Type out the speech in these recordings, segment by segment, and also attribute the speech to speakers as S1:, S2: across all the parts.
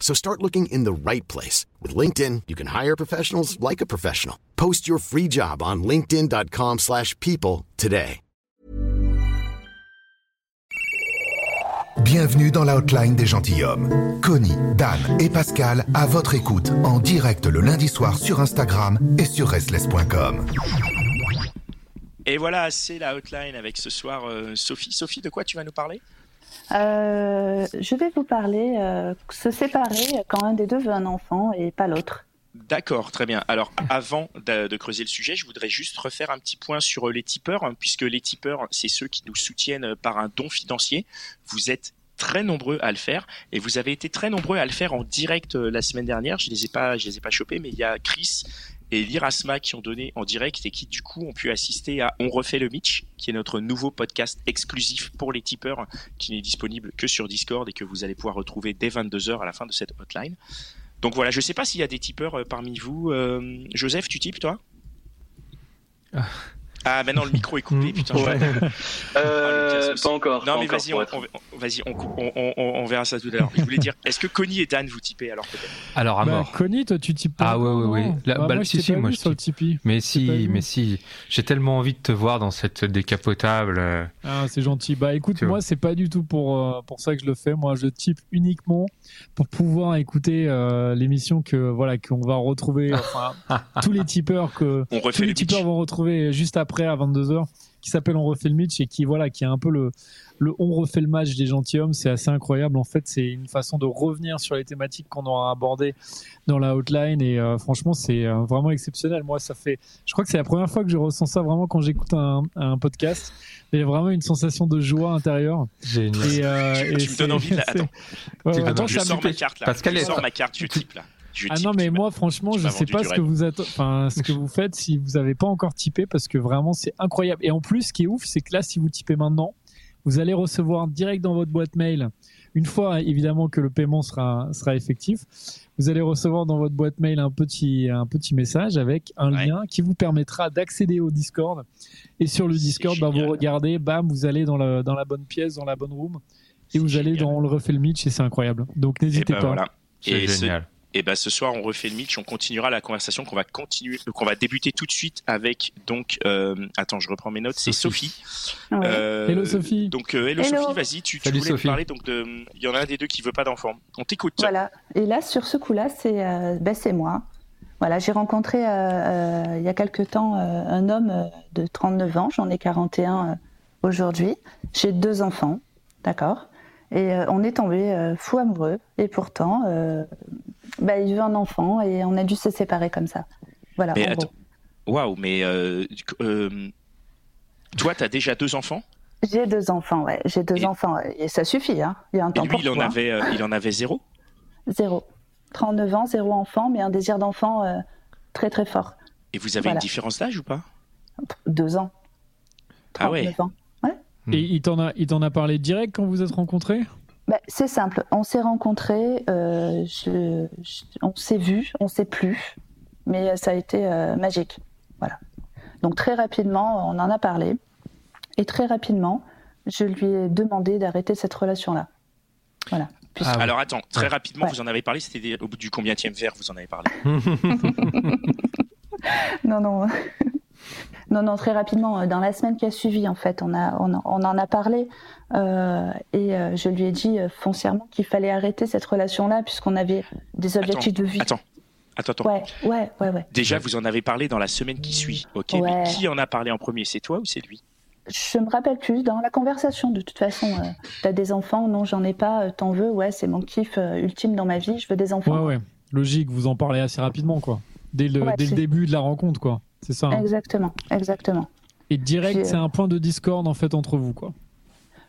S1: So start looking in the right place. With LinkedIn, you can hire professionals like a professional. Post your free job on linkedin.com slash people today.
S2: Bienvenue dans l'outline des gentilshommes. Connie, Dan et Pascal à votre écoute en direct le lundi soir sur Instagram et sur restless.com.
S3: Et voilà, c'est la outline avec ce soir euh, Sophie. Sophie, de quoi tu vas nous parler
S4: Euh, je vais vous parler euh, se séparer quand un des deux veut un enfant et pas l'autre.
S3: D'accord, très bien. Alors, avant de, de, creuser le sujet, je voudrais juste refaire un petit point sur les tipeurs, hein, puisque les tipeurs, c'est ceux qui nous soutiennent euh, par un don financier. Vous êtes très nombreux à le faire et vous avez été très nombreux à le faire en direct euh, la semaine dernière. Je les ai pas, je les ai pas chopés, mais il y a Chris et l'Irasma qui ont donné en direct et qui du coup ont pu assister à On refait le Mitch, qui est notre nouveau podcast exclusif pour les tipeurs, qui n'est disponible que sur Discord et que vous allez pouvoir retrouver dès 22h à la fin de cette hotline. Donc voilà, je ne sais pas s'il y a des tipeurs euh, parmi vous. Euh, Joseph, tu types toi ah. ah maintenant le micro est coupé, putain.
S5: Ouais. euh, pas encore.
S3: Non
S5: pas
S3: mais
S5: encore,
S3: vas-y, on,
S5: être...
S3: on, vas-y, on, on, on, verra ça tout à l'heure. Je voulais dire, est-ce que Connie et Dan vous typez alors peut-être
S6: Alors à
S7: bah,
S6: mort.
S7: Connie, toi tu types pas
S6: Ah ouais, ouais, ouais.
S7: Là,
S6: Bah,
S7: bah,
S6: moi, je
S7: si,
S6: t'ai
S7: si,
S6: pas
S7: moi
S6: vu
S7: je
S6: sur le
S7: type.
S6: Tipeee.
S7: Mais
S6: pas
S7: si,
S6: vu.
S7: mais si. J'ai tellement envie de te voir dans cette décapotable. euh,
S6: Ah, c'est gentil. Bah écoute,
S7: Tu vois.
S6: moi c'est pas du tout pour euh, pour ça que je le fais. Moi, je type uniquement pour pouvoir écouter euh, l'émission que voilà qu'on va retrouver. Enfin, tous les tipeurs que
S3: On
S6: tous
S3: refait
S6: les
S3: le Mitch.
S6: tipeurs vont retrouver juste après à 22h qui s'appelle On refait le Mitch et qui voilà qui est un peu le le on refait le match des gentilshommes c'est assez incroyable en fait c'est une façon de revenir sur les thématiques qu'on aura abordées dans la outline et euh, franchement c'est euh, vraiment exceptionnel moi ça fait je crois que c'est la première fois que je ressens ça vraiment quand j'écoute un, un podcast il y a vraiment une sensation de joie intérieure
S7: Génial.
S6: et, euh,
S3: Tu-
S6: et
S3: tu me
S6: c'est-
S3: donnes envie, là.
S6: c'est-
S3: Attends.
S6: Ouais,
S7: Tu
S6: ouais,
S7: me
S6: attends,
S7: donnes-
S3: Je
S7: ça
S3: sors
S7: me fait-
S3: ma carte là.
S7: Pascal
S3: je
S7: est-
S3: sors ma carte, je type là. Je
S6: Ah
S3: type,
S6: non,
S3: tu
S6: mais
S3: m'as-
S6: moi, franchement,
S3: tu
S6: je
S3: m'as
S6: sais
S3: vendu
S6: pas
S3: du
S6: ce que
S3: rêve.
S6: vous atte- enfin, ce que vous faites si vous avez pas encore typé, parce que vraiment, c'est incroyable. Et en plus, ce qui est ouf, c'est que là, si vous typez maintenant, vous allez recevoir direct dans votre boîte mail, une fois évidemment que le paiement sera, sera effectif, vous allez recevoir dans votre boîte mail un petit, un petit message avec un
S3: Ouais.
S6: lien qui vous permettra d'accéder au Discord. Et sur le
S3: C'est
S6: Discord, bah, vous
S3: génial.
S6: regardez, bam, vous allez dans la, dans la bonne pièce, dans la bonne room, et
S3: C'est
S6: vous allez
S3: génial.
S6: dans le refait le Mitch, et c'est incroyable. Donc
S3: Et
S6: n'hésitez
S3: ben
S6: pas. hein.
S3: voilà.
S7: C'est
S3: Et ce-
S7: génial.
S3: Et ben ce soir on refait le Mitch, on continuera la conversation qu'on va continuer, qu'on va débuter tout de suite avec donc euh, attends je reprends mes notes, c'est Sophie.
S4: Ouais.
S3: Euh,
S6: Hello, Sophie.
S3: Donc euh, hello,
S4: Hello.
S3: Sophie, vas-y, tu, tu
S7: Salut,
S3: voulais me
S7: Sophie.
S3: parler donc de, il y en a un des deux qui veut pas d'enfant. On t'écoute.
S4: Voilà. Et là, sur ce coup-là, c'est euh, ben, c'est moi. Voilà, j'ai rencontré euh, euh, il y a quelque temps euh, un homme euh, de 39 ans, j'en ai 41 euh, aujourd'hui. J'ai deux enfants, d'accord Et euh, on est tombé euh, fou amoureux. Et pourtant, euh, ben, il veut un enfant et on a dû se séparer comme ça. Voilà.
S3: Mais
S4: en
S3: attends.
S4: gros.
S3: Waouh, mais euh, euh, toi t'as déjà deux enfants
S4: J'ai deux enfants, ouais. J'ai deux
S3: Et-
S4: enfants. ouais. Et ça suffit, hein. Il y a un
S3: et
S4: temps
S3: lui
S4: pour
S3: il en
S4: tout, hein.
S3: avait, euh, il en avait zéro.
S4: Zéro. 39 ans, zéro enfant, mais un désir d'enfant euh, très très fort.
S3: Et vous avez
S4: Voilà.
S3: une différence d'âge ou pas
S4: Deux ans.
S3: Ah ouais.
S4: 39 ans.
S6: Et il t'en a, il t'en a parlé direct quand vous êtes rencontrés
S4: Bah, c'est simple, on s'est rencontrés, euh, je- je- on s'est vus, on s'est plus, mais euh, ça a été euh, magique. Voilà. Donc très rapidement, on en a parlé, et très rapidement, je lui ai demandé d'arrêter cette relation-là. Voilà. Puisque-
S7: Ah ouais.
S3: Alors attends, très
S7: Ouais.
S3: rapidement
S4: Ouais.
S3: vous en avez parlé, c'était des- au bout du combien verre vous en avez parlé
S4: Non, non. non, non, très rapidement, euh, dans la semaine qui a suivi, en fait, on, a, on, en- on en a parlé. euh, et euh, je lui ai dit euh, foncièrement qu'il fallait arrêter cette relation-là, puisqu'on avait des objectifs de vie.
S3: Attends, Attends, attends.
S4: Ouais, ouais, ouais, ouais.
S3: Déjà, vous en avez parlé dans la semaine qui suit, ok
S4: Ouais.
S3: Mais qui en a parlé en premier C'est toi ou c'est lui
S4: Je me rappelle plus dans la conversation. De toute façon, euh, t'as des enfants Non, j'en ai pas. euh, T'en veux Ouais, c'est mon kiff euh, ultime dans ma vie. Je veux des
S6: Ouais,
S4: enfants.
S6: ouais. Logique, vous en parlez assez rapidement, quoi. Dès le,
S4: Ouais,
S6: dès le
S4: c'est-
S6: début de la rencontre, quoi. C'est ça. hein.
S4: Exactement, exactement.
S6: Et direct,
S4: Puis, euh,
S6: c'est un point de discorde, en fait, entre vous, quoi.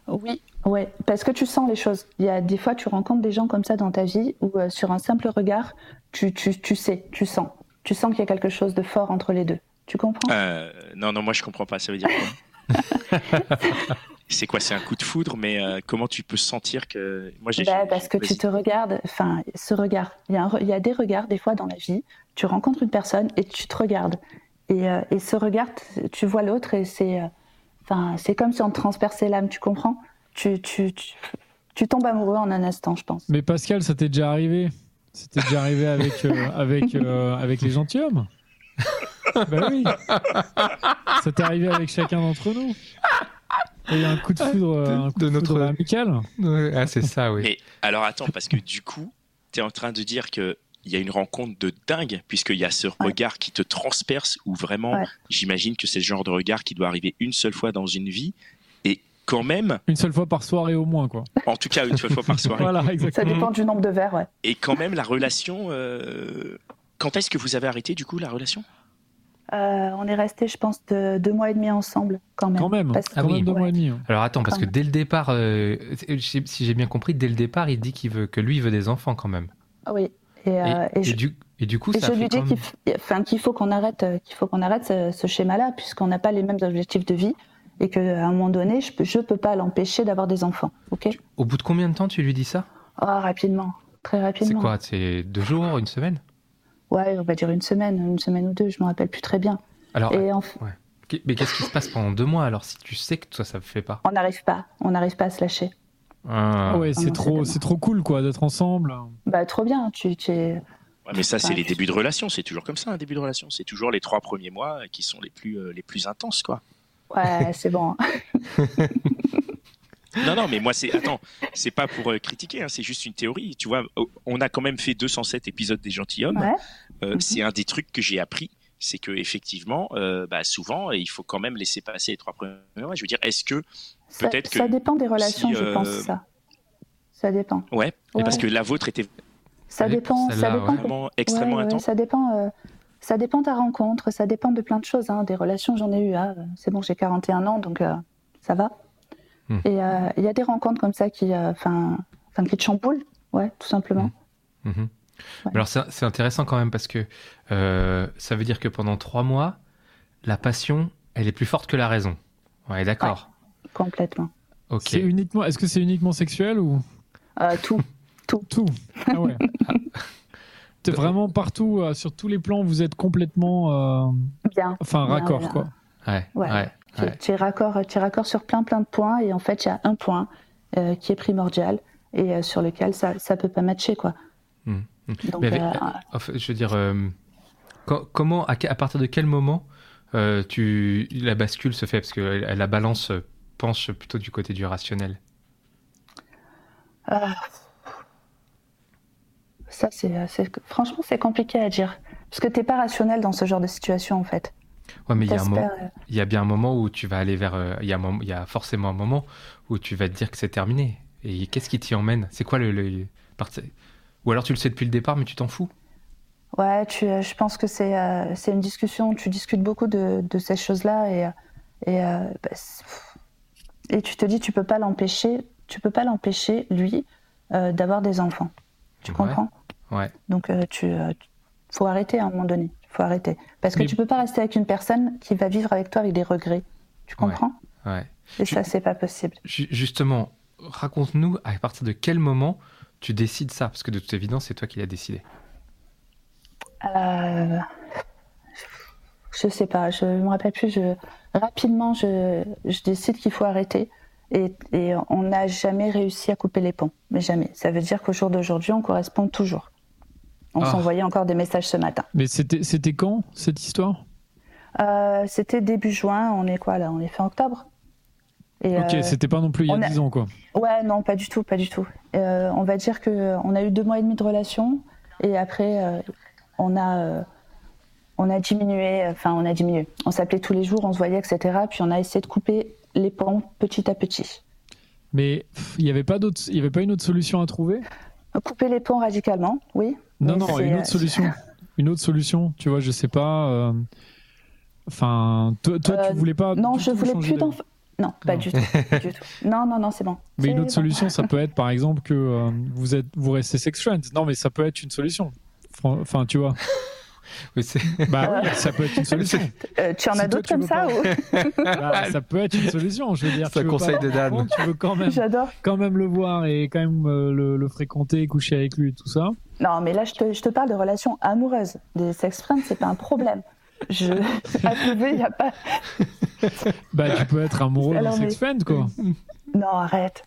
S4: Oui, ouais, parce que tu sens les choses. Il y a des fois, tu rencontres des gens comme ça dans ta vie où euh, sur un simple regard, tu, tu, tu sais, tu sens, tu sens qu'il y a quelque chose de fort entre les deux. Tu comprends
S3: Euh, Non, non, moi je comprends pas. Ça veut dire quoi C'est quoi C'est un coup de foudre, mais euh, comment tu peux sentir que moi j'ai
S4: Bah, parce que tu
S3: Vas-y.
S4: te regardes, enfin, ce regard. Il y, a un re- il y a des regards, des fois, dans la vie. Tu rencontres une personne et tu te regardes. Et, euh, et ce regard, t- tu vois l'autre et c'est euh, enfin, c'est comme si on te transperçait l'âme, tu comprends tu, tu, tu, tu tombes amoureux en un instant, je pense.
S6: Mais Pascal, ça t'est déjà arrivé C'était déjà arrivé avec, euh, avec, euh, avec les gentilshommes Bah oui Ça t'est arrivé avec chacun d'entre nous Et un coup de foudre, euh, un coup
S7: De
S6: de,
S7: notre-
S6: foudre amical
S7: Ouais, Ah, c'est ça, oui.
S3: Mais alors attends, parce que du coup, tu es en train de dire que il y a une rencontre de dingue, puisqu'il y a ce regard qui te transperce, ou vraiment,
S4: Ouais.
S3: j'imagine que c'est le genre de regard qui doit arriver une seule fois dans une vie, et quand même,
S6: Une seule fois par soirée au moins, quoi.
S3: en tout cas une seule fois par soirée,
S6: Voilà,
S4: Ça
S6: exactement.
S4: dépend du nombre de verres, ouais.
S3: et quand même la relation. euh, Quand est-ce que vous avez arrêté du coup la relation
S4: Euh, on est resté, je pense, de, deux mois et demi ensemble, quand même.
S6: Quand même,
S4: Parce-
S6: quand
S7: Ah oui.
S6: même deux mois et demi. hein.
S7: Alors attends, parce que dès le départ, euh, si si j'ai bien compris, dès le départ, il dit qu'il veut que lui il veut des enfants quand même.
S4: Oui. Et, euh, et
S7: et,
S4: je,
S7: du, et du coup,
S4: et
S7: ça
S4: je
S7: fait
S4: lui dis
S7: quand
S4: qu'il f-
S7: même-
S4: enfin, qu'il faut qu'on arrête, euh, qu'il faut qu'on arrête ce, ce schéma-là, puisqu'on n'a pas les mêmes objectifs de vie et qu'à un moment donné, je peux, je peux pas l'empêcher d'avoir des enfants. Ok
S7: Au bout de combien de temps tu lui dis ça
S4: Oh, rapidement, très
S7: C'est
S4: rapidement.
S7: quoi C'est deux jours, une semaine
S4: ouais, on va dire une semaine, une semaine ou deux, je me rappelle plus très bien.
S7: Alors,
S4: Et en f-
S7: qu- mais qu'est-ce qui se passe pendant deux mois alors si tu sais que toi ça ne fait pas
S4: on n'arrive pas, on n'arrive pas à se lâcher.
S7: Ah.
S6: Ouais,
S4: non,
S6: c'est
S4: c'est
S6: trop,
S4: dommage.
S6: c'est trop cool, quoi, d'être ensemble.
S4: Bah trop bien, tu, tu es-
S3: Ouais, Mais ça, c'est
S4: Ouais.
S3: les débuts de relation, c'est toujours comme ça un début de relation, c'est toujours les trois premiers mois qui sont les plus, euh, les plus intenses, quoi.
S4: ouais, c'est bon. hein.
S3: Non, non, mais moi, c'est. Attends, c'est pas pour euh, critiquer, hein, c'est juste une théorie. Tu vois, on a quand même fait 207 épisodes des gentilshommes.
S4: Ouais.
S3: Euh,
S4: Mhm.
S3: C'est un des trucs que j'ai appris, c'est que effectivement, euh, bah, souvent, il faut quand même laisser passer les trois premiers mois. Je veux dire, est-ce que.
S4: Ça,
S3: Peut-être que
S4: ça dépend des relations,
S3: si,
S4: je pense
S3: euh,
S4: ça. Ça dépend.
S3: Ouais,
S4: Ouais.
S3: parce que la vôtre était
S4: Ça
S7: Ouais,
S4: dépend, ça
S7: celle-là,
S4: dépend
S3: vraiment extrêmement
S4: Ouais, ouais,
S3: intense.
S4: ça dépend. euh, ça dépend de ta rencontre, ça dépend de plein de choses. hein. Des relations, j'en ai eu. hein. C'est bon, j'ai 41 ans, donc euh, ça va.
S7: Hmm.
S4: Et euh, il y a des rencontres comme ça qui, euh, 'fin- 'fin, qui te chamboulent, ouais, tout simplement.
S7: Mhm. Mais Alors c'est c'est intéressant quand même parce que euh, ça veut dire que pendant trois mois, la passion, elle est plus forte que la raison. Ouais, d'accord.
S4: Complètement.
S7: Ok.
S6: C'est uniquement, est-ce que c'est uniquement sexuel ou
S4: Euh, tout.
S6: Tout. Ah ouais. T'es vraiment partout, euh, sur tous les plans, vous êtes complètement, euh,
S4: Bien.
S6: enfin,
S4: Bien,
S6: raccord,
S4: bien.
S6: quoi.
S7: Ouais.
S4: Ouais.
S7: ouais,
S4: Tu-
S7: ouais.
S4: Tu es raccord, tu es raccord sur plein, plein de points. Et en fait, il y a un point euh, qui est primordial et euh, sur lequel ça ne peut pas matcher, quoi.
S7: Mhm. Mhm.
S4: Donc,
S7: Mais avec-
S4: euh,
S7: En fait, je veux dire, euh, co- comment, à, que- à partir de quel moment euh, tu, la bascule se fait Parce que la, la balance euh, penche plutôt du côté du rationnel.
S4: Ah. Ça, c'est, euh, c'est- franchement, c'est compliqué à dire. Parce que t'es pas rationnel dans ce genre de situation, en fait.
S7: Ouais, mais il y, a un moment,
S4: T'espères, euh,
S7: il y a bien un moment où tu vas aller vers. euh, Il y, a un moment- il y a forcément un moment où tu vas te dire que c'est terminé. Et qu'est-ce qui t'y emmène C'est quoi le. le- parti- Ou alors tu le sais depuis le départ, mais tu t'en fous.
S4: Ouais, tu, euh, je pense que c'est, euh, c'est une discussion, tu discutes beaucoup de, de ces choses-là et, euh, et, euh, bah, c'est- pff. et tu te dis, tu peux pas l'empêcher, tu peux pas l'empêcher, lui, euh, d'avoir des enfants. Tu
S7: Ouais.
S4: comprends
S7: Ouais.
S4: Donc, euh, tu, euh, tu- faut arrêter à un moment donné. Faut arrêter. Parce que
S6: Mais-
S4: tu peux pas rester avec une personne qui va vivre avec toi avec des regrets. Tu
S7: Ouais.
S4: comprends
S7: Ouais.
S4: Et
S7: Tu-
S4: ça, c'est pas possible.
S7: Ju- Justement, raconte-nous à partir de quel moment tu décides ça Parce que de toute évidence, c'est toi qui l'as décidé.
S4: Euh, je sais pas, je me rappelle plus. Je, rapidement, je, je décide qu'il faut arrêter. Et, et on n'a jamais réussi à couper les ponts. Mais jamais. Ça veut dire qu'au jour d'aujourd'hui, on correspond toujours. On
S7: Ah.
S4: s'envoyait encore des messages ce matin.
S6: Mais c'était c'était quand cette histoire
S4: Euh, C'était début juin, on est quoi là On est fin octobre Et,
S6: Ok,
S4: euh,
S6: c'était pas non plus il y a
S4: on a-
S6: 10 ans quoi.
S4: Ouais, non, pas du tout, pas du tout. Euh, on va dire que euh, on a eu deux mois et demi de relation et après, euh, on a euh, on a diminué, enfin on a diminué. On s'appelait tous les jours, on se voyait, etc. Puis on a essayé de couper les pans petit à petit.
S6: Mais pff, il n'y avait, pas d'autre- il y avait pas une autre solution à trouver
S4: Couper les ponts radicalement, oui.
S6: Non,
S4: Mais
S6: non,
S4: c'est,
S6: une
S4: euh,
S6: autre solution. Une autre solution, tu vois, je sais pas. euh, Enfin, toi, toi,
S4: Euh,
S6: tu voulais pas.
S4: Non,
S6: du
S4: je
S6: tout
S4: voulais
S6: changer
S4: plus
S6: d'avis.
S4: d'enfants. Non, pas
S6: Non.
S4: du tout, du tout. Non, non, non, c'est bon.
S6: Mais
S4: C'est
S6: une autre
S4: bon.
S6: solution, ça peut être par exemple que euh, vous, êtes, vous restez sex friends. Non, mais ça peut être une solution. Fran- Enfin, tu vois.
S7: Oui, c'est-
S6: Bah oui, ça peut être une solution.
S4: Euh, tu en
S6: Si
S4: as
S6: toi,
S4: d'autres
S6: tu
S4: comme
S6: veux
S4: ça
S6: pas-
S4: ou...
S6: Bah, ça peut être une solution, je veux dire.
S7: C'est
S6: tu
S7: un
S6: veux
S7: conseil
S6: pas
S7: de Dan.
S6: l'enfant, Tu veux quand même,
S4: J'adore.
S6: quand même le voir et quand même euh, le, le fréquenter, coucher avec lui et tout ça.
S4: Non, mais là, je te, je te parle de relations amoureuses. Des sex friends, c'est pas un problème. Je... à trouver, il y a pas.
S6: Bah, tu peux être amoureux d'un
S4: Alors, mais-
S6: sex friend, quoi.
S4: Non, arrête.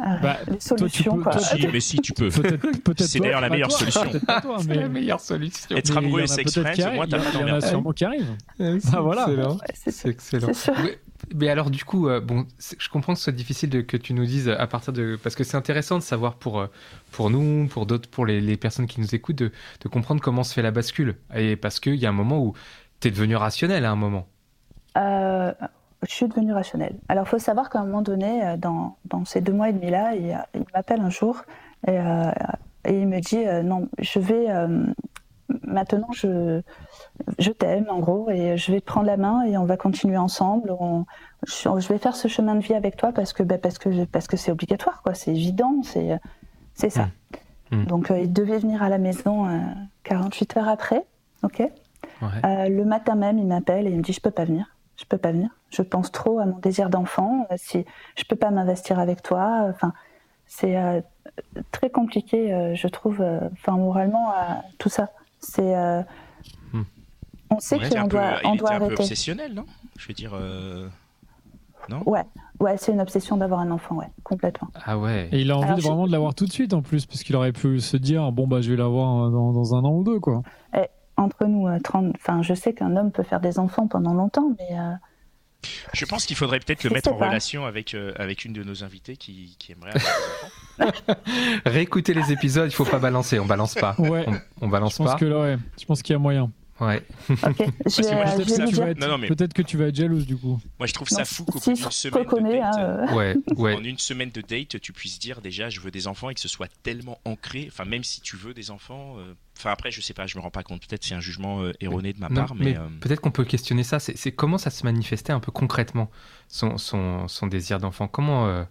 S4: Arrête.
S6: Bah,
S4: Les
S6: tu
S4: solutions,
S6: peux-
S4: quoi.
S6: toi,
S3: Ah, Si, mais si, tu peux.
S6: peut-être peut-être
S3: C'est
S6: toi,
S3: d'ailleurs la
S6: pas
S3: meilleure
S6: toi,
S3: solution.
S6: peut-être pas toi, mais-
S7: c'est la meilleure solution.
S3: Être
S6: mais il y en
S3: amoureux
S6: a
S3: et sex
S6: peut-être qui
S3: friends, au moins, t'as
S6: arrivent.
S3: pas
S6: Il y en a
S3: d'emmerde.
S6: sûrement qui arrivent.
S7: Ah,
S6: bah voilà.
S7: C'est là.
S4: Ouais, c'est
S7: C'est
S4: sûr.
S7: excellent.
S4: C'est sûr.
S7: Ouais, Mais alors du coup, euh, bon, c'est- je comprends que ce soit difficile de- que tu nous dises euh, à partir de parce que c'est intéressant de savoir pour euh, pour nous, pour d'autres, pour les, les personnes qui nous écoutent, de, de comprendre comment se fait la bascule. Et parce qu'il y a un moment où tu es devenu rationnel à un moment.
S4: Euh, je suis devenue rationnelle. Alors, faut savoir qu'à un moment donné, euh, dans, dans ces deux mois et demi-là, il, y a- il m'appelle un jour et, euh, et il me dit euh, Non, je vais. euh, maintenant, je, je t'aime, en gros, et je vais prendre la main et on va continuer ensemble. On- je, je vais faire ce chemin de vie avec toi parce que bah, parce que je- parce que c'est obligatoire, quoi. C'est évident, c'est euh, c'est ça.
S7: Mm. Mm.
S4: Donc, euh, il devait venir à la maison euh, 48 heures après, ok
S7: Ouais.
S4: euh, le matin même, il m'appelle et il me dit je peux pas venir, je peux pas venir. Je pense trop à mon désir d'enfant. euh, Si je peux pas m'investir avec toi, enfin, c'est euh, très compliqué, euh, je trouve, euh, enfin moralement, à tout ça. C'est euh,
S7: Hmm.
S4: on sait
S3: Ouais, c'est un
S4: qu'on
S3: peu- euh,
S4: doit,
S3: il
S4: on
S3: était
S4: doit
S3: un peu
S4: arrêter.
S3: obsessionnel, non Je veux dire, euh,
S4: Ouais, c'est une obsession d'avoir un enfant, ouais, complètement.
S7: Ah ouais.
S6: Et il a envie
S4: Alors,
S6: de
S4: je-
S6: vraiment de l'avoir tout de suite en plus, parce qu'il aurait pu se dire bon bah je vais l'avoir euh, dans, dans un an ou deux quoi.
S4: Entre nous, euh, 30 enfin, je sais qu'un homme peut faire des enfants pendant longtemps, mais euh,
S3: je pense qu'il faudrait peut-être le
S4: Je
S3: mettre
S4: sais
S3: en
S4: pas.
S3: relation avec, euh, avec une de nos invitées qui, qui aimerait avoir des enfants.
S7: Réécouter les épisodes, il faut pas balancer, on balance pas.
S6: Ouais.
S7: On, on
S6: Je
S7: balance
S6: pense
S7: pas.
S6: que là, ouais, je pense qu'il y a moyen.
S7: Ouais.
S4: ok, je
S3: Parce que
S4: vais,
S3: moi, je
S4: euh,
S3: trouve
S4: je vais
S3: ça-
S4: lui
S6: tu vas
S4: dire.
S6: être-
S3: Non, non, mais-
S6: Peut-être que tu vas être jalouse du coup.
S3: Moi, je trouve
S4: Non,
S3: ça fou qu'au
S4: si
S3: bout
S4: je
S3: d'une semaine de
S4: reconnais,
S3: date,
S4: hein, euh,
S7: Ouais, ouais.
S3: en une semaine de date, tu puisses dire déjà je veux des enfants et que ce soit tellement ancré, enfin même si tu veux des enfants, euh, enfin après je sais pas, je me rends pas compte, peut-être c'est un jugement euh, erroné de ma
S7: Non,
S3: part, mais, euh,
S7: peut-être qu'on peut questionner ça. C'est, c'est comment ça se manifestait un peu concrètement son, son, son désir d'enfant. Comment euh,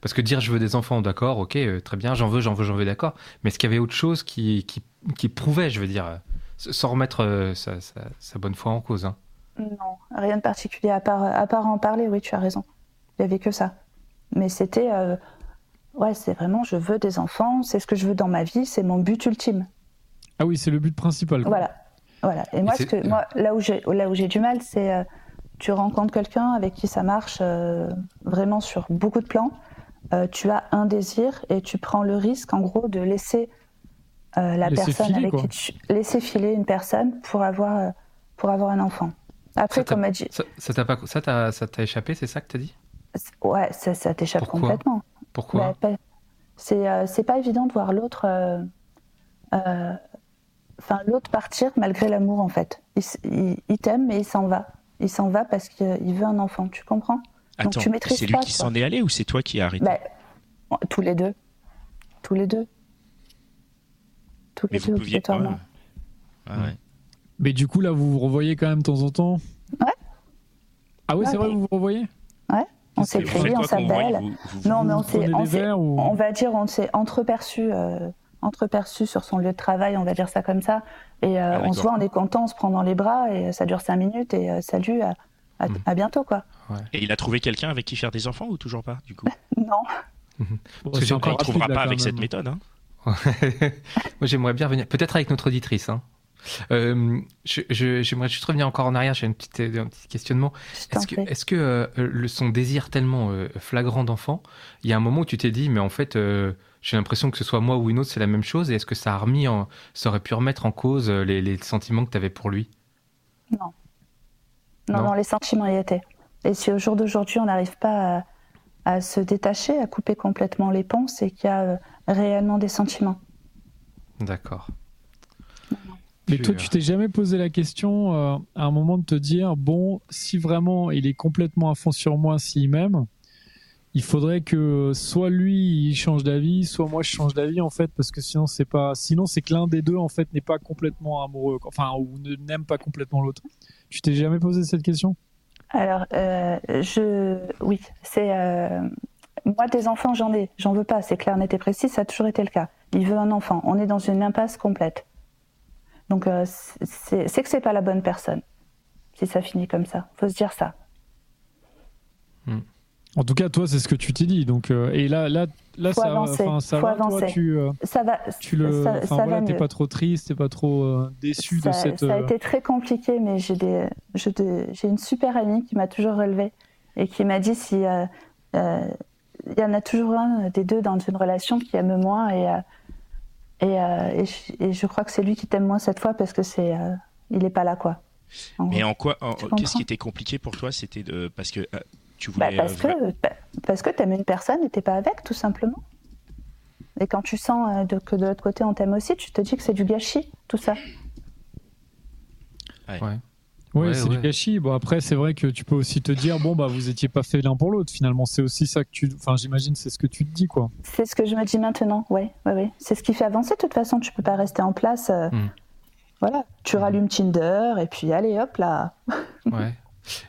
S7: parce que dire je veux des enfants, d'accord, ok, euh, très bien, j'en veux, j'en veux, j'en veux, d'accord. Mais est-ce qu'il y avait autre chose qui, qui, qui prouvait, je veux dire, euh, s- sans remettre euh, sa, sa- sa bonne foi en cause. hein.
S4: Non, rien de particulier à part, à part en parler, oui, tu as raison. Il n'y avait que ça. Mais c'était. euh, ouais, c'est vraiment, je veux des enfants, c'est ce que je veux dans ma vie, c'est mon but ultime.
S6: Ah oui, c'est le but principal. quoi.
S4: Voilà. voilà. Et moi,
S7: c'est-
S4: ce que, moi là où j'ai là où j'ai du mal, c'est. euh, tu rencontres quelqu'un avec qui ça marche euh, vraiment sur beaucoup de plans. Euh, tu as un désir et tu prends le risque, en gros, de laisser euh, la
S6: Laisser
S4: personne
S6: filer,
S4: avec
S6: quoi.
S4: qui tu. laisser filer une personne pour avoir, euh, pour avoir un enfant.
S7: Ça
S4: Après,
S7: t'a-
S4: comme a dit.
S7: Ça, ça t'a pas, ça t'a, ça t'a échappé, c'est ça que t'as dit
S4: Ouais, ça, ça t'échappe
S7: Pourquoi
S4: complètement.
S7: Pourquoi
S4: Bah, pa- c'est euh, c'est pas évident de voir l'autre, euh, euh, enfin l'autre partir malgré l'amour en fait. Il, s- il- il t'aime mais il s'en va. Il s'en va parce qu'il veut un enfant. Tu comprends donc
S3: attends,
S4: tu maîtrises
S3: c'est lui
S4: pas,
S3: qui
S4: toi.
S3: s'en est allé ou c'est toi qui as arrêté
S4: Bah, bon, Tous les deux, tous les deux, tous
S3: Mais
S4: les
S3: vous
S4: deux
S3: pouviez quand
S4: obligatoirement.
S3: même. Ah ouais.
S6: Mais du coup là, vous vous revoyez quand même de temps en temps.
S4: Ouais.
S6: Ah oui,
S4: Ouais,
S6: c'est vrai,
S4: mais-
S6: vous vous revoyez.
S4: On
S6: C'est- vous
S3: faites
S4: s'écrit, on
S3: quoi quand vous voyez-
S4: s'appelle.
S3: vous- vous- vous-
S4: Non, mais
S6: Vous
S4: on
S6: prenez
S4: s'est,
S6: des
S4: on, s'est-
S6: verres
S3: euh,
S6: ou-
S4: on va dire, on s'est entreperçu, euh, entreperçu sur son lieu de travail, on va dire ça comme ça. Et euh,
S3: Ah,
S4: on se voit,
S3: d'accord.
S4: on est content, on se prend dans les bras et euh, ça dure cinq minutes et euh, salut, à, à-
S3: Hmm.
S7: Mm.
S4: à bientôt quoi.
S3: Et il a trouvé quelqu'un avec qui faire des enfants ou toujours pas du coup
S4: Non,
S6: Bon,
S7: que
S6: c'est
S7: j'ai-
S3: Il
S6: encore
S3: ne trouvera
S6: rapide, là,
S3: pas
S6: quand
S3: avec cette
S6: même.
S3: méthode. hein.
S7: Moi, j'aimerais bien revenir, peut-être avec notre auditrice. hein. Euh, je- je- j'aimerais juste revenir encore en arrière. J'ai une petite, un petit questionnement.
S4: je t'en
S7: Est-ce que,
S4: prie.
S7: est-ce que euh, le, son désir tellement euh, flagrant d'enfant, il y a un moment où tu t'es dit, mais en fait, euh, j'ai l'impression que ce soit moi ou une autre, c'est la même chose, et est-ce que ça a remis en- ça aurait pu remettre en cause euh, les, les sentiments que tu avais pour lui
S4: Non,
S7: non.
S4: non, les sentiments y étaient. Et si au jour d'aujourd'hui on n'arrive pas à, à se détacher, à couper complètement les ponts, c'est qu'il y a euh, réellement des sentiments.
S7: D'accord.
S6: Mais toi, tu t'es jamais posé la question euh, à un moment de te dire bon, si vraiment il est complètement à fond sur moi, s'il m'aime, il faudrait que soit lui il change d'avis, soit moi je change d'avis en fait, parce que sinon c'est pas, sinon c'est que l'un des deux en fait n'est pas complètement amoureux, enfin ou ne- n'aime pas complètement l'autre. Tu t'es jamais posé cette question
S4: Alors, euh, je. Oui, c'est. euh, Moi, des enfants, j'en ai. J'en veux pas. C'est clair, net et précis. Ça a toujours été le cas. Il veut un enfant. On est dans une impasse complète. Donc, euh, c'est c'est que c'est pas la bonne personne. Si ça finit comme ça. Faut se dire ça.
S6: En tout cas, toi, c'est ce que tu t'es dit. Donc, euh, et là, là, là,
S4: Faut
S6: ça, euh,
S4: avancer,
S6: enfin, ça
S4: faut
S6: va, toi,
S4: avancer.
S6: tu, euh,
S4: Ça va.
S6: tu le,
S4: ça,
S6: enfin,
S4: ça
S6: voilà,
S4: va
S6: t'es
S4: mieux.
S6: pas trop triste, t'es pas trop euh, déçu
S4: ça,
S6: de cette.
S4: ça a
S6: euh,
S4: été très compliqué, mais j'ai des, je te- j'ai une super amie qui m'a toujours relevée et qui m'a dit si euh, euh, il y en a toujours un des deux dans une relation qui aime moins et euh, et, euh, et je, et je crois que c'est lui qui t'aime moins cette fois parce que c'est euh, il est pas là quoi. En
S3: Mais
S4: gros.
S3: en quoi, en-
S4: comprends.
S3: qu'est-ce qui était compliqué pour toi C'était de parce que euh, tu
S4: Bah,
S3: voulais.
S4: parce
S3: euh,
S4: que pa- parce que t'aimes une personne et t'es pas avec tout simplement. Et quand tu sens euh, de- que de l'autre côté on t'aime aussi, tu te dis que c'est du gâchis tout ça.
S6: Oui,
S7: Ouais,
S6: c'est du
S7: ouais.
S6: gâchis. Bon, après, c'est vrai que tu peux aussi te dire, bon, bah, vous étiez pas fait l'un pour l'autre. Finalement, c'est aussi ça que tu. Enfin, j'imagine, c'est ce que tu te dis, quoi.
S4: C'est ce que je me dis maintenant, ouais, ouais, ouais. C'est ce qui fait avancer, de toute façon, tu peux pas rester en place. euh,
S7: Mm.
S4: Voilà, tu rallumes Tinder et puis allez hop là.
S7: Ouais.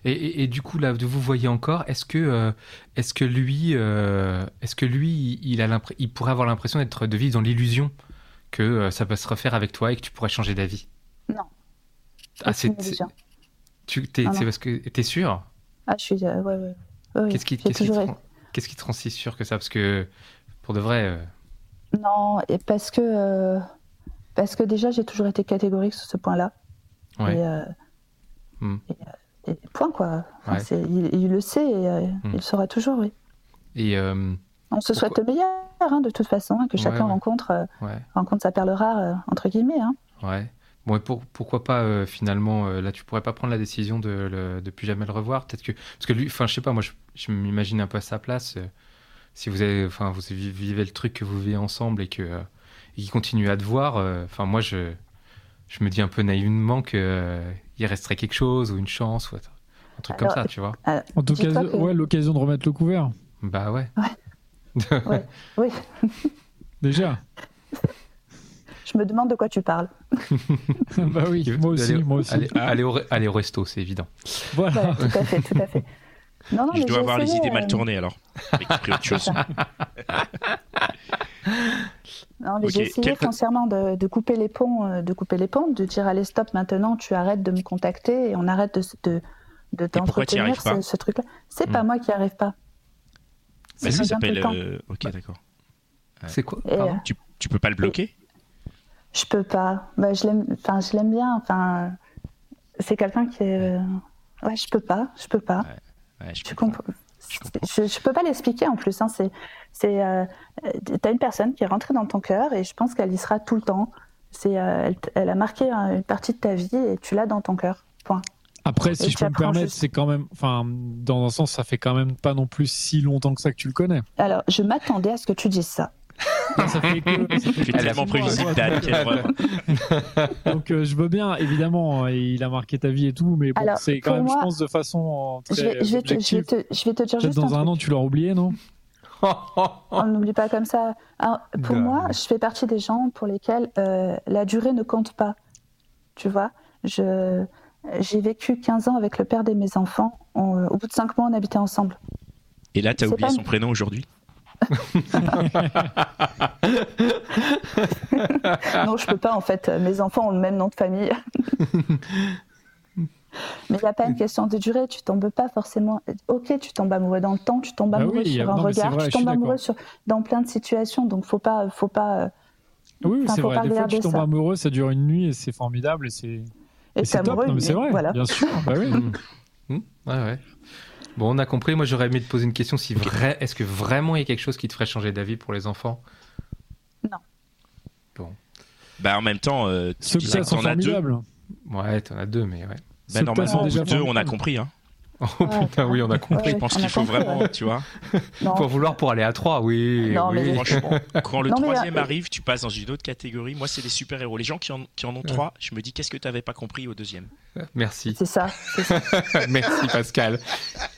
S7: Et, et- et du coup, là, vous voyez encore, est-ce que, euh, est-ce que lui, euh, est-ce que lui, il, a l'impr- il pourrait avoir l'impression d'être, de vivre dans l'illusion que euh, ça peut se refaire avec toi et que tu pourrais changer d'avis
S4: Non.
S7: Ah,
S4: Aucune
S7: c'est,
S4: illusion.
S7: tu, t'es,
S4: Non,
S7: c'est
S4: non.
S7: parce que t'es sûr
S4: Ah, je suis. euh, ouais, ouais. Ouais, ouais,
S7: Qu'est-ce qui,
S4: j'ai
S7: qu'est-ce, qui te
S4: toujours
S7: rend, qu'est-ce qui te rend si sûr que ça Parce que pour de vrai, euh,
S4: été- Non, et parce que euh, parce que déjà j'ai toujours été catégorique sur ce point-là.
S7: Ouais.
S4: Et, euh,
S7: Mm.
S4: et, euh, et point quoi. Enfin,
S7: Ouais. Mm.
S4: c'est- il, il le sait et euh, il le saura toujours, oui.
S7: et euh,
S4: On se souhaite le meilleur, hein, de toute façon, hein, que
S7: Ouais,
S4: chacun
S7: ouais.
S4: rencontre euh,
S7: ouais,
S4: rencontre sa perle rare euh, entre guillemets. Hein.
S7: ouais. Bon, et pour, pourquoi pas euh, finalement euh, Là, tu pourrais pas prendre la décision de, le- de plus jamais le revoir. Peut-être que parce que lui, enfin, je sais pas. Moi, je, je m'imagine un peu à sa place. euh, si vous avez, enfin, vous vi- vivez le truc que vous vivez ensemble et que euh, et qu'il continue à te voir. euh, Enfin, moi, je je me dis un peu naïvement que euh, il resterait quelque chose ou une chance ou un truc- un truc comme
S4: Alors,
S7: ça, tu vois.
S6: En tout cas,
S4: Dis-toi que-
S6: ouais, l'occasion de remettre le couvert.
S7: Bah ouais.
S4: Oui,
S6: Déjà.
S4: je me demande de quoi tu parles.
S6: bah oui, moi aussi,
S7: Aller-
S6: moi aussi. Ah.
S7: aller- aller au, re- aller au resto, c'est évident.
S6: Voilà.
S4: Voilà, tout à fait, tout à fait. Non, non,
S3: Je
S4: mais
S3: dois
S4: j'ai
S3: avoir les
S4: essayé,
S3: idées mal
S4: euh,
S3: tournées alors. Avec pris autre chose.
S4: euh, Non, mais
S3: Ok,
S4: j'ai essayé
S3: quel-
S4: foncièrement de, de couper les ponts, euh, de couper les ponts, de dire allez stop maintenant, tu arrêtes de me contacter et on arrête de s- de de
S3: pourquoi t'y
S4: t'entretenir
S3: arrives pas
S4: ce, ce truc-là. C'est pas
S7: Hmm.
S4: moi qui arrive pas.
S3: Bah,
S4: C'est
S3: ça
S4: bien tout le
S3: s'appelle.
S4: temps.
S3: euh,
S6: Bah,
S3: ok, d'accord.
S7: C'est quoi
S4: Et,
S7: Pardon
S4: euh,
S3: Tu, tu peux pas le bloquer
S4: je peux pas. Bah, je l'aime, enfin je l'aime bien. Enfin, euh, c'est quelqu'un qui est. euh,
S3: Hmm.
S4: Ouais, je peux pas, je peux pas.
S3: Ouais, je
S4: Je,
S3: comprends.
S4: comprends.
S3: Ah, Je comprends.
S4: Je, je peux pas l'expliquer en plus. Hein. C'est, c'est, euh, euh, t'as une personne qui est rentrée dans ton cœur et je pense qu'elle y sera tout le temps. C'est, euh, elle, t- elle a marqué euh, une partie de ta vie et tu l'as dans ton cœur. Point.
S6: Après,
S4: Et
S6: si
S4: tu
S6: je peux me
S4: apprends
S6: permettre,
S4: juste-
S6: c'est quand même. Enfin, dans un sens, ça fait quand même pas non plus si longtemps que ça que tu le connais.
S4: Alors, je m'attendais à ce que tu dises ça.
S6: Non, ça fait que- ça fait
S3: Tu
S6: que
S3: es tellement
S6: six mois,
S3: prévisible,
S6: quoi.
S3: Dan. quel vrai.
S6: Donc, euh, je veux bien, évidemment, hein, et il a marqué ta vie et tout, mais bon,
S4: Alors,
S6: c'est quand
S4: pour
S6: même, je
S4: moi,
S6: pense, de façon
S4: Je
S6: euh, très
S4: vais, je vais te, je vais
S6: objective.
S4: te, je vais te dire
S6: Peut-être
S4: juste
S6: dans
S4: un
S6: un
S4: truc.
S6: an, tu l'auras oublié, non
S4: On n'oublie pas comme ça. Alors, pour
S7: Non,
S4: moi,
S7: mais-
S4: je fais partie des gens pour lesquels euh, la durée ne compte pas. Tu vois, je, j'ai vécu 15 ans avec le père de mes enfants. On- euh, au bout de 5 mois, on habitait ensemble.
S3: Et là, t'as
S4: C'est
S3: oublié
S4: pas-
S3: son prénom aujourd'hui
S4: Non, je peux pas en fait. Mes enfants ont le même nom de famille. Mais il n'y a pas une question de durée, tu tombes pas forcément. Ok, tu tombes amoureux dans le temps, tu tombes
S6: Bah
S4: amoureux
S6: oui, il y a-
S4: sur un
S6: non, mais c'est
S4: regard,
S6: vrai, je
S4: tu
S6: suis
S4: tombes amoureux sur...
S6: d'accord.
S4: dans plein de situations, donc faut pas, faut pas. euh,
S6: Oui,
S4: Enfin,
S6: c'est
S4: faut
S6: vrai.
S4: pas
S6: Des fois, tu
S4: regarder
S6: tombes
S4: ça.
S6: amoureux, ça dure une nuit et c'est formidable et c'est et
S4: être
S6: c'est top.
S4: amoureux,
S6: Non, mais c'est
S4: mais
S6: vrai,
S4: Voilà.
S6: bien sûr. Bah oui.
S7: Mm. Mm. Ouais, ouais. Bon, on a compris. Moi, j'aurais aimé te poser une question. Si vrai, est-ce que vraiment il y a quelque chose qui te ferait changer d'avis pour les enfants
S3: Bah, en même temps, euh, tu
S6: Ceux que
S3: disais
S6: ça
S3: que
S6: sont
S3: t'en as deux.
S6: formidables.
S7: Ouais, t'en as deux, mais ouais.
S3: Bah,
S6: Ceux que t'as
S3: normalement,
S6: sont
S3: au bout
S6: déjà
S3: de deux, on a
S6: formidables.
S3: compris. Hein.
S7: Oh putain, oui, on a compris.
S8: Je
S4: Ouais,
S8: pense
S4: on a
S8: qu'il faut
S4: compris,
S8: vraiment,
S4: ouais.
S8: tu vois.
S4: Non.
S7: Pour vouloir pour aller à 3, oui.
S4: Non,
S7: oui.
S4: mais-
S8: Franchement, quand le
S4: Non, mais,
S8: troisième
S4: euh,
S8: arrive, tu passes dans une autre catégorie. Moi, c'est les super-héros. Les gens qui en, qui en ont trois, je me dis, qu'est-ce que t'avais pas compris au deuxième
S7: Merci.
S4: C'est ça. c'est ça.
S7: Merci Pascal.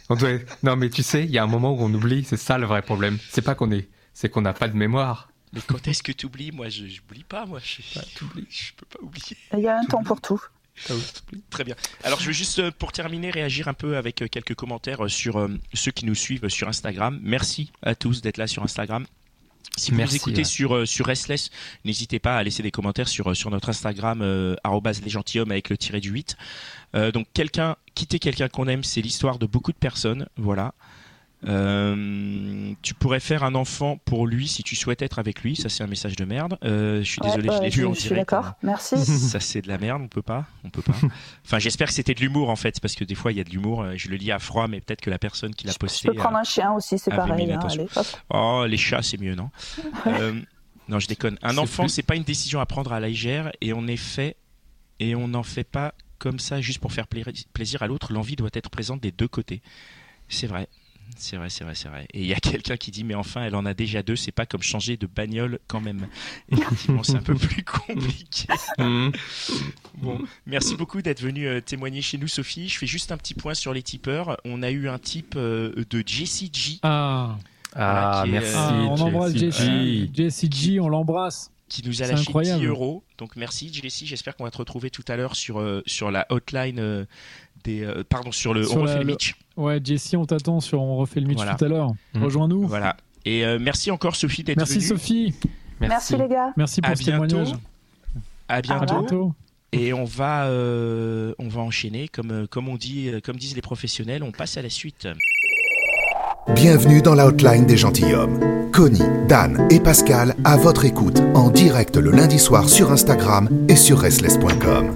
S7: On doit- Non, mais tu sais, il y a un moment où on oublie, c'est ça le vrai problème. C'est pas qu'on est, c'est qu'on n'a pas de mémoire.
S8: Mais quand est-ce que t'oublies Moi, je j'oublie pas, moi. Je, je peux pas oublier.
S4: Il y a un temps pour tout.
S8: Très bien. Alors, je veux juste, euh, pour terminer, réagir un peu avec euh, quelques commentaires euh, sur euh, ceux qui nous suivent sur Instagram. Merci à tous d'être là sur Instagram. Si vous
S7: Merci,
S8: nous écoutez
S7: ouais.
S8: sur, euh, sur Restless, n'hésitez pas à laisser des commentaires sur, euh, sur notre Instagram, euh, arrobase lesgentilhommes avec le tiré du 8. Euh, donc, quelqu'un, quitter quelqu'un qu'on aime, c'est l'histoire de beaucoup de personnes. Voilà. Euh, tu pourrais faire un enfant pour lui si tu souhaites être avec lui. Ça, c'est un message de merde. Euh, je suis
S4: Ouais,
S8: désolé, je
S4: euh,
S8: l'ai lu en
S4: je suis
S8: direct.
S4: d'accord. Merci.
S8: Ça c'est de la merde, on peut pas, on peut pas. Enfin, j'espère que c'était de l'humour en fait, parce que des fois il y a de l'humour. euh, Je le lis à froid, mais peut-être que la personne qui l'a
S4: Je
S8: posté.
S4: peux prendre un chien aussi, c'est
S8: Ah, mais
S4: pareil.
S8: mille
S4: hein,
S8: attentions.
S4: allez, hop.
S8: euh, Oh, les chats, c'est mieux, non Euh, Non, je déconne. Un
S7: C'est
S8: enfant,
S7: plus-
S8: c'est pas une décision à prendre à la légère, et on est fait, et on n'en fait pas comme ça juste pour faire pla- plaisir à l'autre. L'envie doit être présente des deux côtés. C'est vrai. C'est vrai, c'est vrai, c'est vrai. Et il y a quelqu'un qui dit, mais enfin, elle en a déjà deux, c'est pas comme changer de bagnole quand même. Effectivement, c'est un peu plus compliqué.
S7: Mhm.
S8: Bon, merci beaucoup d'être venu euh, témoigner chez nous, Sophie. Je fais juste un petit point sur les tipeurs. On a eu un type euh, de JCG
S6: Ah,
S8: Voilà,
S7: Ah,
S8: qui est,
S7: merci.
S8: Si,
S6: ah, on
S7: Jessie
S6: embrasse
S7: G.
S6: Jessie Jessie G, on l'embrasse.
S8: qui nous a
S6: C'est
S8: lâché
S6: incroyable.
S8: 10 euros. Donc merci, JC. J'espère qu'on va te retrouver tout à l'heure sur, euh, sur la hotline euh, des. euh, pardon, sur le.
S6: Sur
S8: on
S6: la-
S8: refait le
S6: le-
S8: Mitch.
S6: Ouais, Jessie, on t'attend sur On refait le Mitch
S8: Voilà. Mm.
S6: tout à l'heure.
S7: Mhm.
S6: Rejoins-nous.
S8: Voilà. Et euh, merci encore, Sophie, d'être
S6: Merci
S8: venue.
S6: Sophie,
S4: Merci les gars.
S6: merci pour
S8: À
S6: ce
S8: bientôt.
S6: témoignage.
S8: À
S6: À
S8: bientôt.
S6: bientôt.
S8: Et on va, euh, on va enchaîner. Comme, euh, comme, on dit, euh, comme disent les professionnels, on passe à la suite.
S2: Bienvenue dans la hotline des gentilshommes. Connie, Dan et Pascal à votre écoute en direct le lundi soir sur Instagram et sur restless.com.